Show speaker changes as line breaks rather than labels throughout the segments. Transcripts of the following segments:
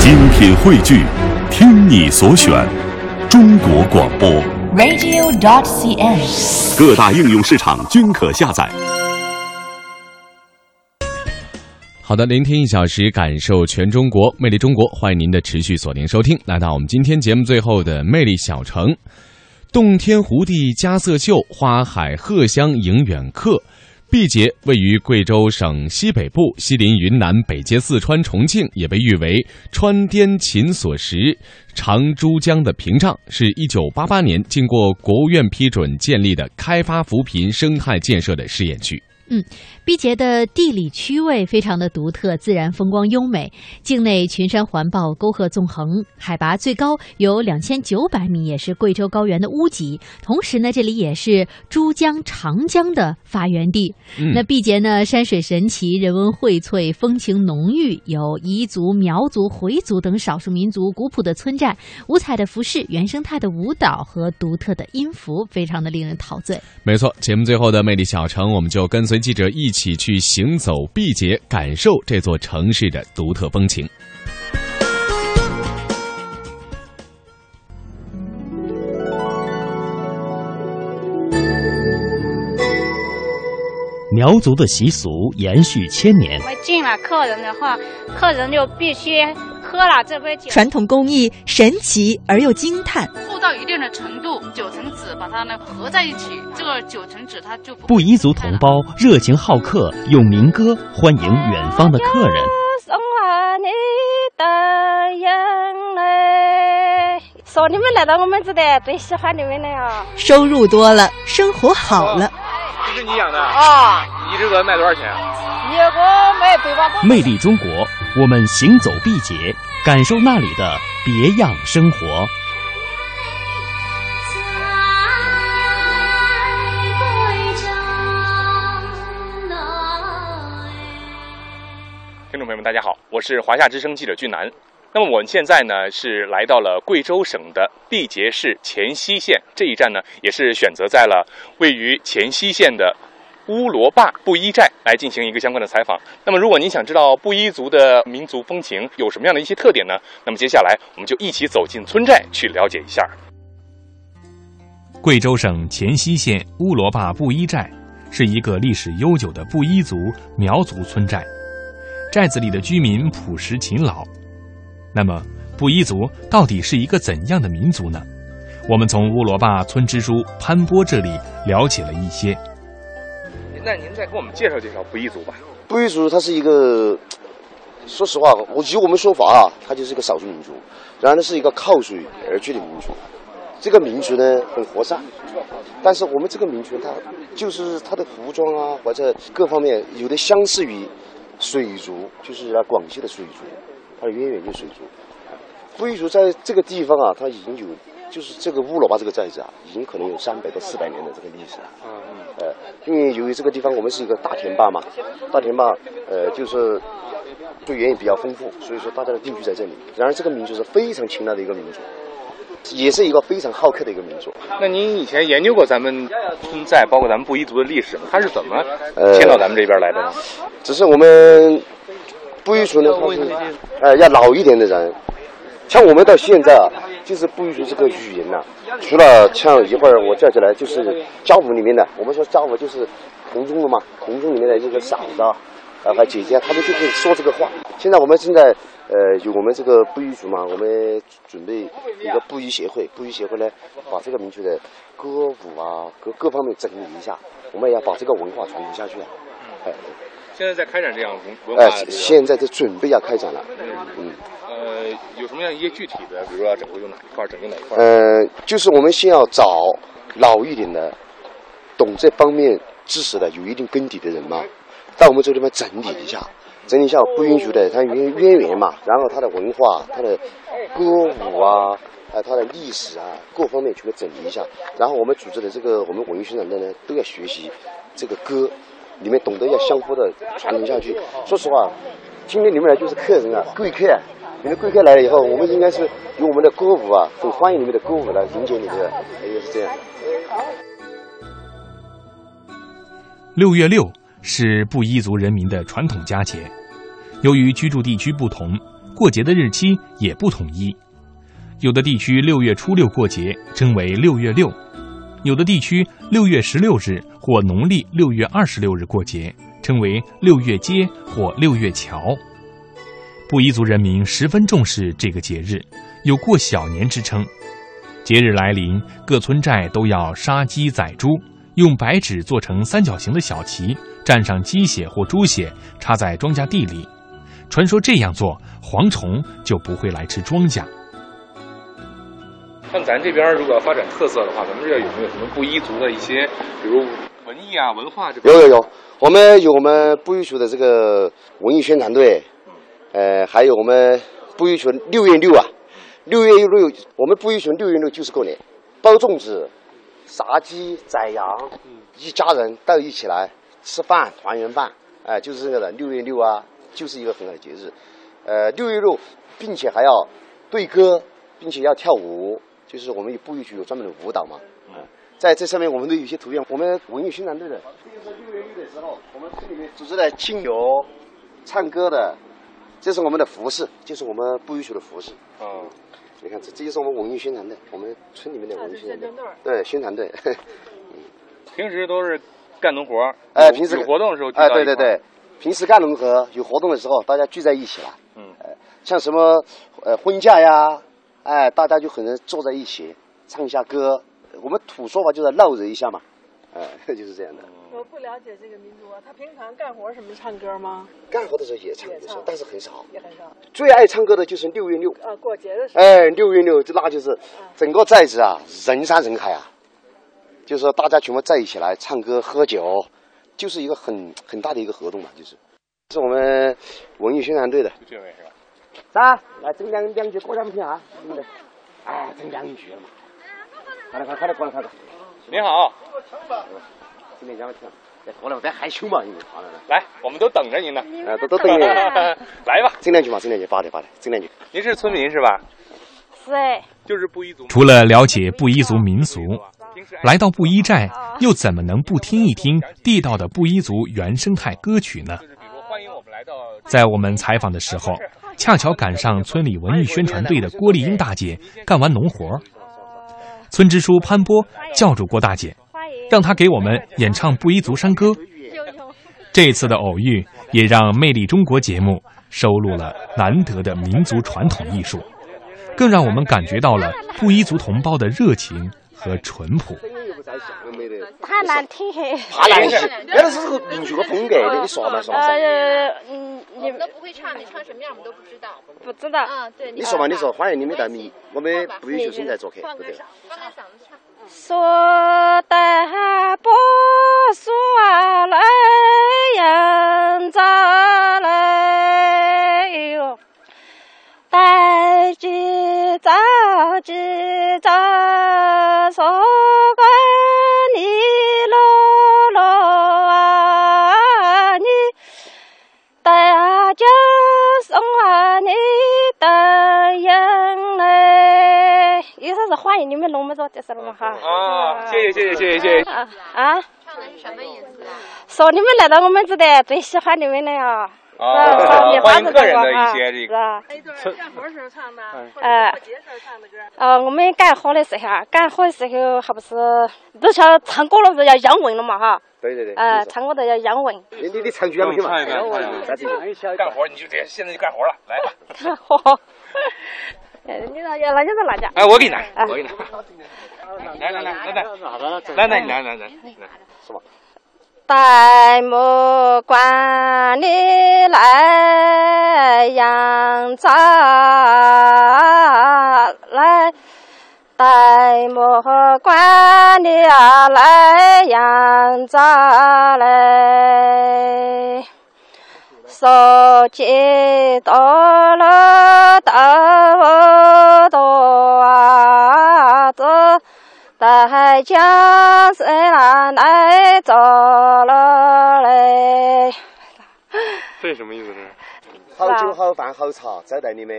精品汇聚，听你所选，中国广播。
radio.cn。
各大应用市场均可下载。
好的，聆听一小时，感受全中国，魅力中国，欢迎您的持续锁定收听。来到我们今天节目最后的魅力小城，洞天湖地佳色秀，花海荷香迎远客。毕节位于贵州省西北部，西临云南，北接四川、重庆，也被誉为“川滇秦所食，长珠江的屏障”，是一九八八年经过国务院批准建立的开发扶贫生态建设的试验区。
毕节的地理区位非常的独特，自然风光优美，境内群山环抱，沟壑纵横，海拔最高有两千九百米，也是贵州高原的屋脊。同时呢，这里也是珠江、长江的发源地。
嗯
那毕节呢，山水神奇，人文荟萃，风情浓郁，有彝族、苗族、回族等少数民族古朴的村寨，五彩的服饰、原生态的舞蹈和独特的音符，非常的令人陶醉。
没错，节目最后的魅力小城，我们就跟随记者一起去行走毕节，感受这座城市的独特风情。
苗族的习俗延续千年
我，们敬了客人的话，客人就必须喝了这杯酒。
传统工艺神奇而又惊叹，
做到一定的程度，九层纸把它呢合在一起，这个九层纸它就不
布依族同胞热情好客，用民歌欢迎远方的客人。
送啊你的眼泪，说你们来到我们这里，最喜欢你们了呀！
收入多了，生活好了。
这是你养的？
啊，
你这个卖多少钱？
如果没北方
魅力中国，我们行走毕节，感受那里的别样生活。
听众朋友们，大家好，我是华夏之声记者俊南。那么我们现在呢是来到了贵州省的毕节市黔西县这一站呢，也是选择在了位于黔西县的乌罗坝布依寨来进行一个相关的采访。那么如果您想知道布依族的民族风情有什么样的一些特点呢？那么接下来我们就一起走进村寨去了解一下。
贵州省黔西县乌罗坝布依寨是一个历史悠久的布依族苗族村寨，寨子里的居民朴实勤劳。那么，布依族到底是一个怎样的民族呢？我们从乌罗坝村支书潘波这里了解了一些。
那您再给我们介绍介绍布依族吧。
布依族它是一个，说实话，我以我们说法啊，它就是一个少数民族，然后呢是一个靠水而居的民族。这个民族呢很和善，但是我们这个民族它就是它的服装啊或者各方面有的相似于水族，就是啊广西的水族，它的渊源就是水族。布依族在这个地方啊，它已经有就是这个乌鲁巴这个寨子啊，已经可能有三百到四百年的这个历史了。呃，因为由于这个地方我们是一个大田坝嘛，大田坝呃就是水源也比较丰富，所以说大家都定居在这里。然而这个民族是非常勤劳的一个民族，也是一个非常好客的一个民族。
那您以前研究过咱们村寨，包括咱们布依族的历史吗？它是怎么
呃
迁到咱们这边来的呢？
只是我们布依族呢，他是呃要老一点的人，像我们到现在啊，就是布依族这个语言呐、除了像一会儿我叫起来就是家谱里面的，我们说家谱就是同宗的嘛，同宗里面的这个嫂子啊，呃和姐姐，他们就可以说这个话。现在我们正在呃有我们这个布依族嘛，我们准备一个布依协会，布依协会呢把这个民族的歌舞啊各各方面整理一下，我们也要把这个文化传承下去啊。哎
嗯现在在开展这样文文
哎
化，旅游
现在就准备要开展了。嗯，
呃，有什么样一些具体的，比如说啊要拯救哪一块儿，拯救哪一块儿？
呃，就是我们先要找老一点的、懂这方面知识的、有一定根底的人嘛，到我们这地方整理一下，整理一下不允许的它渊渊源嘛，然后它的文化、它的歌舞啊。啊，它的历史啊，各方面全部整理一下。然后我们组织的这个我们文艺宣传队呢，都要学习这个歌，你们懂得要相互的传承下去。说实话，今天你们来就是客人啊，贵客啊。你们贵客来了以后，我们应该是用我们的歌舞啊，很欢迎你们的歌舞来迎接你们的，应该是这样的。
六月六是布依族人民的传统佳节。由于居住地区不同，过节的日期也不统一。有的地区六月初六过节，称为六月六；有的地区六月十六日或农历六月二十六日过节，称为六月街或六月桥。布依族人民十分重视这个节日，有过小年之称。节日来临，各村寨都要杀鸡宰猪，用白纸做成三角形的小旗，蘸上鸡血或猪血，插在庄稼地里。传说这样做，蝗虫就不会来吃庄稼。
像咱这边如果要发展特色的话，咱们这边有没有什么布依族的一些，比如文艺啊、文化这？
有有有，我们有我们布依族的这个文艺宣传队，呃，还有我们布依族六月六啊，六月六，我们布依族六月六就是过年，包粽子、杀鸡、宰羊，一家人到一起来吃饭，团圆饭，哎、就是这个的六月六啊，就是一个很好的节日，呃，六月六，并且还要对歌，并且要跳舞，就是我们有布依族有专门的舞蹈嘛，嗯、在这上面我们都有一些图片，我们文艺宣传队的，六月一的时候，我们村里面组织了亲友、唱歌的，这是我们的服饰，就是我们布依族的服饰。
嗯，
你看这这就是我们文艺宣传队，我们村里面的文艺宣传队，
队
对啊宣传队。
平时都是干农活儿
哎，
有
平时
有活动的时候聚
哎，
到一块
对
儿
对对，平时干农活有活动的时候，大家聚在一起了。
嗯，
像什么呃婚嫁呀，哎，大家就可能坐在一起唱一下歌。我们土说法就是闹着一下嘛，哎， 就是这样的。
我不了解这个民族啊，他平常干活什么唱歌吗？
干活的时候也唱，有时候，但是很少。
也很少。
最爱唱歌的就是六月六。
呃
啊，过节的时候。
哎，六月六，这那就是整个寨子啊，人山人海啊，就是说大家全部在一起来唱歌喝酒，就是一个很很大的一个活动嘛，就是。是我们文艺宣传队的，
这位是吧？
啥？来整两两句过来不听啊？嗯哎，整两句嘛。快点快点快点过来快点！
您好，
今天咱们听，再过来我再害羞嘛，因为好了来，
来，我们都等着您呢。
哎都都等 你
来 吧，
整两句嘛，整两句，八点八点，整两句。
您是村民是吧？
是哎，
就是布依族。
除了了解布依族民俗，来到布依寨又怎么能不听一听地道的布依族原生态歌曲呢？在我们采访的时候，恰巧赶上村里文艺宣传队的郭丽英大姐干完农活儿，村支书潘波叫住郭大姐，让她给我们演唱布依族山歌。这次的偶遇也让《魅力中国》节目收录了难得的民族传统艺术，更让我们感觉到了布依族同胞的热情和淳朴。
太难听嘿。
爬栏戏，原来是这个民族的风格，你耍嘛耍嘛。
呃，嗯，你
们都不会唱，你唱什么样我们都不知道。
不知道。
嗯，对
你说嘛，你说，欢迎你们的米，我们不允许现在做客，对不对？
放开嗓子唱。
说的不说来人咋来哟？呆鸡早鸡早说个你喽喽啊你，大家送啊你的人嘞，意思是欢迎你们龙门做的是了嘛哈。
啊，谢谢谢谢谢谢谢谢。
啊啊！
唱的是什么意思啊？
说你们来到我们这里，最喜欢你们了呀！
啊
是吧啊
欢迎个人的一些这
是吧
个。
哎，对
村，
干活时候唱的，或者
哎
过节时候唱的歌。
呃，我们干活的时候，啊，干活的时候还不是都像唱歌了，不是要阳稳了嘛哈？
对对对。
呃，唱歌的要阳稳。
你你你唱句要没听嘛？
唱一段唱一段干活你就得现在就干活了，来吧。
干活。哎你那要拿你那拿家。
哎，我给你拿
哎，
我给你拿。来来来来来，来来你来来来来，
是吧？
戴目观你来扬扎来，戴目观你啊来扬扎来。手机到了到到啊这。大家谁来来走了嘞？
这什么意思？这是？
好酒好饭好茶招待你们，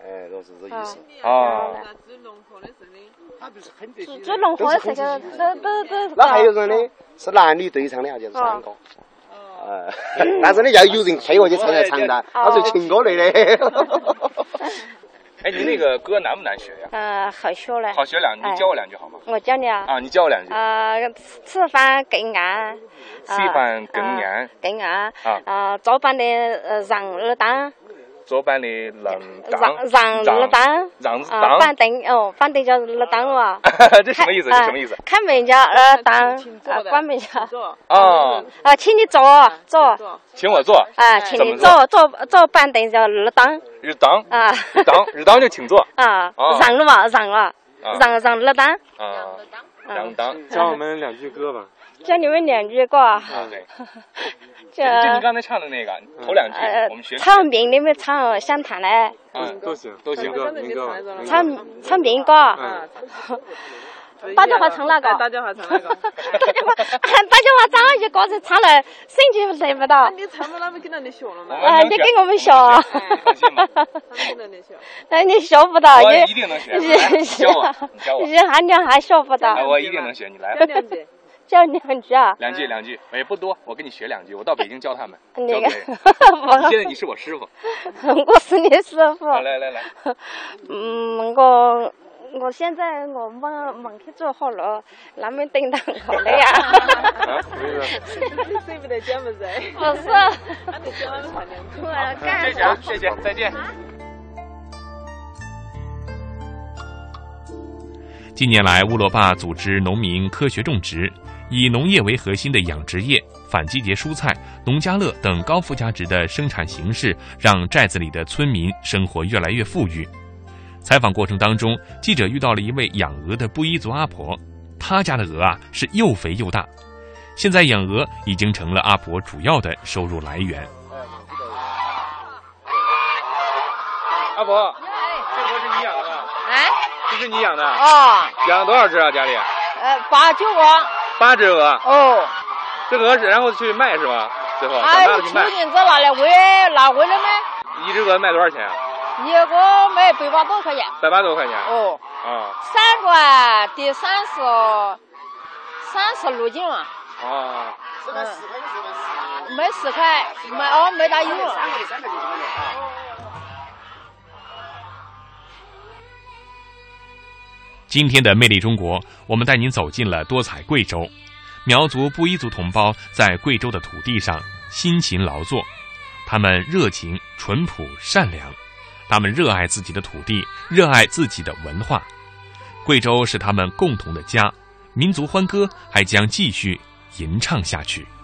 哎，都是这意思。
啊，
这农活这个都都都。
那还有人呢？是男女对唱的，就是呃唱歌。 哎，但是呢，又有人推我去参加唱的，他说情歌类的。 哎，您那个歌难不难学呀？
呃，好学了。
好学两句，
哎
你教我两句好吗？
我教你啊。
啊，你教我两句。
呃，吃饭更安，
吃饭更安
啊更安
啊
呃，早班的呃让二当，
左班的冷
让
当，
让二当，
让
啊，
当
板，凳哦，板凳叫二当了。
这什么意思？这
哎
什么意思？
看门叫二当，啊，关门叫
啊，
啊，请你坐坐，
请我坐。
啊，请
哎怎
你
么坐
坐坐坐板凳叫二当
日当，
啊
日 当，日当就请坐。
啊
哦，
让了嘛，让了，
啊
让让二当，
啊，让当，
教我们两句歌吧。
教你们两句歌，
啊，对，
这
就你刚才唱的那个头两句
呃，
我们学，
唱民你们唱湘潭嘞，
嗯，都行，都行，
歌民歌吧，民歌
唱唱民歌，大家好唱哪个？大家好唱哪 个？大家好，大家好唱一个是唱了，神经来不到。
你咱们那边跟着你学了吗？
啊，你给我们学， 那你学不到，
我
你
一 定能学，来
你
你哎教我，你教我，
你喊你还学不到
啊，我一定能学，你来吧。
教两句啊，
两句两句，也不多，我跟你学两句，我到北京教他们，
那
教
个
别人。，
我
现在你是我师傅，
我是你师傅。
好来来来，
嗯，我我现在我忙忙去做好了，那么等到我了 呀。
啊
谁不得见不着？
不是
还得见他们产娘
我要干
谢谢啊， 谢谢，再见。
近年来，乌罗坝组织农民科学种植，以农业为核心的养殖业、反季节蔬菜、农家乐等高附加值的生产形式，让寨子里的村民生活越来越富裕。采访过程当中，记者遇到了一位养鹅的布依族阿婆，她家的鹅啊是又肥又大，现在养鹅已经成了阿婆主要的收入来源。
阿婆，哎这鹅是你养的？
哎，
这是你养的？
哦，
养了多少只啊？家里
呃，八九啊，
八只鹅。
哦，
这鹅是然后去卖是吧？最后长
哎，
大了
我
去
去
卖，
年这拿来回拿回来没？
一只鹅卖多少钱啊？
一个卖八百多块钱。
百八多块钱。
哦，
啊
三个啊得三十，三十六斤啊，
啊，
没十块，没哦没打油。
今天的《魅力中国》，我们带您走进了多彩贵州。苗族布依族同胞在贵州的土地上辛勤劳作，他们热情、淳朴、善良，他们热爱自己的土地，热爱自己的文化。贵州是他们共同的家，民族欢歌还将继续吟唱下去。
哎